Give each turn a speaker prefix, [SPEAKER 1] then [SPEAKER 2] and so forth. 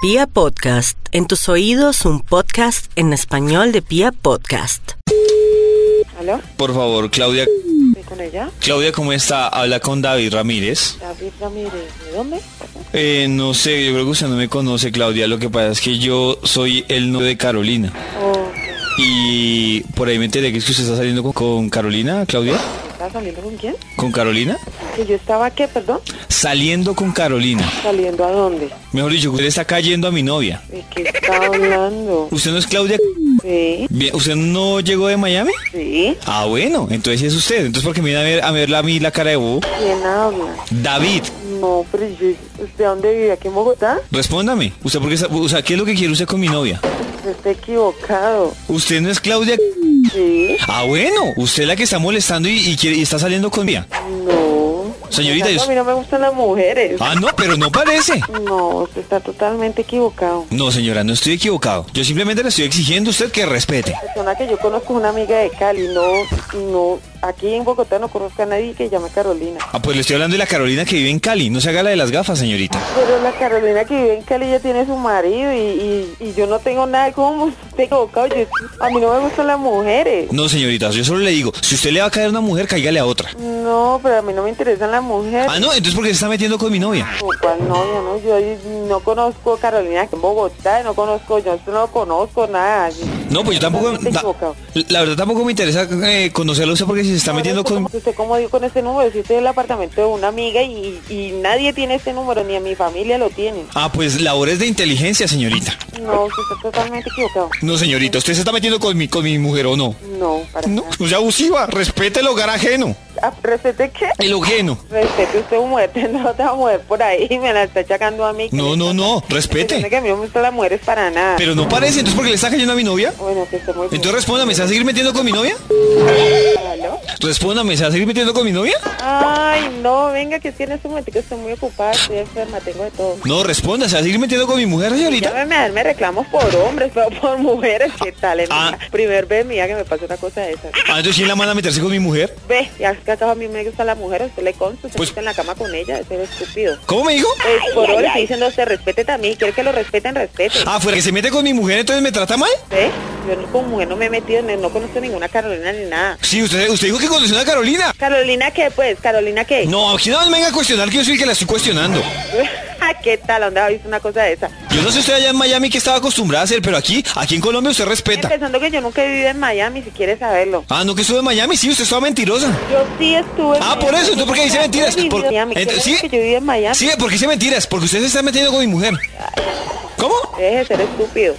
[SPEAKER 1] Pia Podcast, en tus oídos un podcast en español de Pia Podcast.
[SPEAKER 2] ¿Aló?
[SPEAKER 3] Por favor, Claudia.
[SPEAKER 2] ¿Estoy con ella?
[SPEAKER 3] Claudia, ¿cómo está? Habla con David Ramírez.
[SPEAKER 2] David Ramírez, ¿de dónde?
[SPEAKER 3] Eh, no sé, yo creo que usted no me conoce, Claudia. Lo que pasa es que yo soy el novio de Carolina.
[SPEAKER 2] Ok.
[SPEAKER 3] Y por ahí me enteré que es que usted está saliendo con, con Carolina, Claudia.
[SPEAKER 2] ¿Estás saliendo con quién?
[SPEAKER 3] ¿Con Carolina?
[SPEAKER 2] ¿Que yo estaba qué, perdón?
[SPEAKER 3] Saliendo con Carolina.
[SPEAKER 2] ¿Saliendo a dónde?
[SPEAKER 3] Mejor dicho, usted está cayendo a mi novia.
[SPEAKER 2] ¿De qué está hablando?
[SPEAKER 3] ¿Usted no es Claudia?
[SPEAKER 2] Sí,
[SPEAKER 3] Bien, ¿Usted no llegó de Miami?
[SPEAKER 2] sí.
[SPEAKER 3] Ah, bueno, entonces sí es usted. Entonces, ¿por qué me viene a ver, a verla a mí la cara de bobo?
[SPEAKER 2] ¿Quién habla?
[SPEAKER 3] David,
[SPEAKER 2] No, pero yo, ¿usted dónde vive? ¿Aquí en Bogotá?
[SPEAKER 3] respóndame. ¿Usted por qué está- o sea, qué es lo que quiere usted con mi novia?
[SPEAKER 2] Usted está equivocado.
[SPEAKER 3] ¿Usted no es Claudia?
[SPEAKER 2] Sí,
[SPEAKER 3] Ah, bueno, usted es la que está molestando y, y quiere- y está saliendo con mía.
[SPEAKER 2] no.
[SPEAKER 3] Señorita,
[SPEAKER 2] Exacto,
[SPEAKER 3] yo-
[SPEAKER 2] A mí no me gustan las mujeres.
[SPEAKER 3] Ah, no, pero no parece.
[SPEAKER 2] No, usted está totalmente equivocado.
[SPEAKER 3] No, señora, no estoy equivocado. Yo simplemente le estoy exigiendo a usted que respete.
[SPEAKER 2] La persona que yo conozco es una amiga de Cali. No, no. Aquí en Bogotá no conozco a nadie que llame Carolina.
[SPEAKER 3] Ah, pues le estoy hablando de la Carolina que vive en Cali. No se haga la de las gafas, señorita.
[SPEAKER 2] Pero la Carolina que vive en Cali ya tiene su marido y, y- y yo no tengo nada como usted equivocado. Yo- a mí no me gustan las mujeres.
[SPEAKER 3] No, señorita, yo solo le digo, si usted le va a caer a una mujer, cáigale a otra.
[SPEAKER 2] No, pero a mí no me interesan las mujeres.
[SPEAKER 3] Ah, no, entonces porque se está metiendo con mi novia.
[SPEAKER 2] Como cual novia, no? Yo ahí no conozco a Carolina aquí en Bogotá, no conozco, yo no conozco nada.
[SPEAKER 3] No, pues yo tampoco...
[SPEAKER 2] Totalmente
[SPEAKER 3] ta-
[SPEAKER 2] equivocado.
[SPEAKER 3] la verdad tampoco me interesa eh, conocerlo a usted porque si se está
[SPEAKER 2] Ahora,
[SPEAKER 3] metiendo
[SPEAKER 2] usted
[SPEAKER 3] con...
[SPEAKER 2] como- ¿Usted cómo dio con este número? Si usted es el apartamento de una amiga y, y nadie tiene este número, ni a mi familia lo tiene.
[SPEAKER 3] Ah, pues labores de inteligencia, señorita.
[SPEAKER 2] No, usted está totalmente equivocado.
[SPEAKER 3] No, señorita, ¿usted se está metiendo con mi, con mi mujer o no?
[SPEAKER 2] No, para
[SPEAKER 3] No,
[SPEAKER 2] nada.
[SPEAKER 3] no sea abusiva, respete el hogar ajeno.
[SPEAKER 2] Ah, ¿Respete qué?
[SPEAKER 3] El ajeno.
[SPEAKER 2] Respete usted mujer, tendrá otra mujer por ahí y me la está achacando a mí. que
[SPEAKER 3] No,
[SPEAKER 2] me
[SPEAKER 3] no,
[SPEAKER 2] está-
[SPEAKER 3] no,
[SPEAKER 2] Diciendo
[SPEAKER 3] respete.
[SPEAKER 2] que a mí no me gustan las mujeres para nada.
[SPEAKER 3] Pero no parece, entonces porque le está cayendo a mi novia.
[SPEAKER 2] Bueno, que esté muy bien.
[SPEAKER 3] Entonces respóndame, ¿se va a seguir metiendo con mi novia?
[SPEAKER 2] ¿Aló?
[SPEAKER 3] Respóndame, ¿se va a seguir metiendo con mi novia?
[SPEAKER 2] Ay, no, venga, que tiene su momento que estoy muy ocupada, estoy enferma, tengo de todo.
[SPEAKER 3] No, responda, ¿se va a seguir metiendo con mi mujer, señorita?
[SPEAKER 2] Llámeme a darme reclamos por hombres, pero por mujeres, ¿qué tal? Es
[SPEAKER 3] Ah.
[SPEAKER 2] mi primer vez mía que me pasa una cosa de esas.
[SPEAKER 3] Ah, entonces ¿quién la manda a meterse con mi mujer?
[SPEAKER 2] Ve, ya es que acá a mí me gusta la mujer, a usted le consta, usted
[SPEAKER 3] Pues-
[SPEAKER 2] está en la cama con ella, ese es estúpido.
[SPEAKER 3] ¿Cómo me dijo?
[SPEAKER 2] Pues por ahora le estoy diciendo, usted respete también, quiere que lo respeten, respete.
[SPEAKER 3] Ah, fuera que se mete con mi mujer, entonces me trata mal.
[SPEAKER 2] ¿Ve? Yo no- como mujer no me he metido, no, no conozco ninguna Carolina ni nada.
[SPEAKER 3] Sí, usted, usted dijo que conoció a Carolina.
[SPEAKER 2] ¿Carolina qué, pues? ¿Carolina qué?
[SPEAKER 3] No, aquí no me venga a cuestionar que yo soy el que la estoy cuestionando.
[SPEAKER 2] Ah, ¿Qué tal? ¿Dónde habéis visto una cosa de esa?
[SPEAKER 3] Yo no sé usted allá en Miami que estaba acostumbrada a hacer, pero aquí, aquí en Colombia usted respeta.
[SPEAKER 2] Empezando que yo nunca he vivido en Miami, si quieres saberlo.
[SPEAKER 3] Ah, no, que estuve en Miami, sí, usted estaba mentirosa.
[SPEAKER 2] Yo sí estuve en
[SPEAKER 3] Ah,
[SPEAKER 2] Miami.
[SPEAKER 3] por eso, entonces, ¿por qué dice
[SPEAKER 2] Nunca he
[SPEAKER 3] mentiras?
[SPEAKER 2] vivido
[SPEAKER 3] Por-
[SPEAKER 2] en Miami. ¿Qué
[SPEAKER 3] Ent-
[SPEAKER 2] es
[SPEAKER 3] ¿sí?
[SPEAKER 2] que yo viví en Miami?
[SPEAKER 3] Sí, porque hice mentiras, porque usted se está metiendo con mi mujer. ¿Cómo?
[SPEAKER 2] Deje de ser estúpido.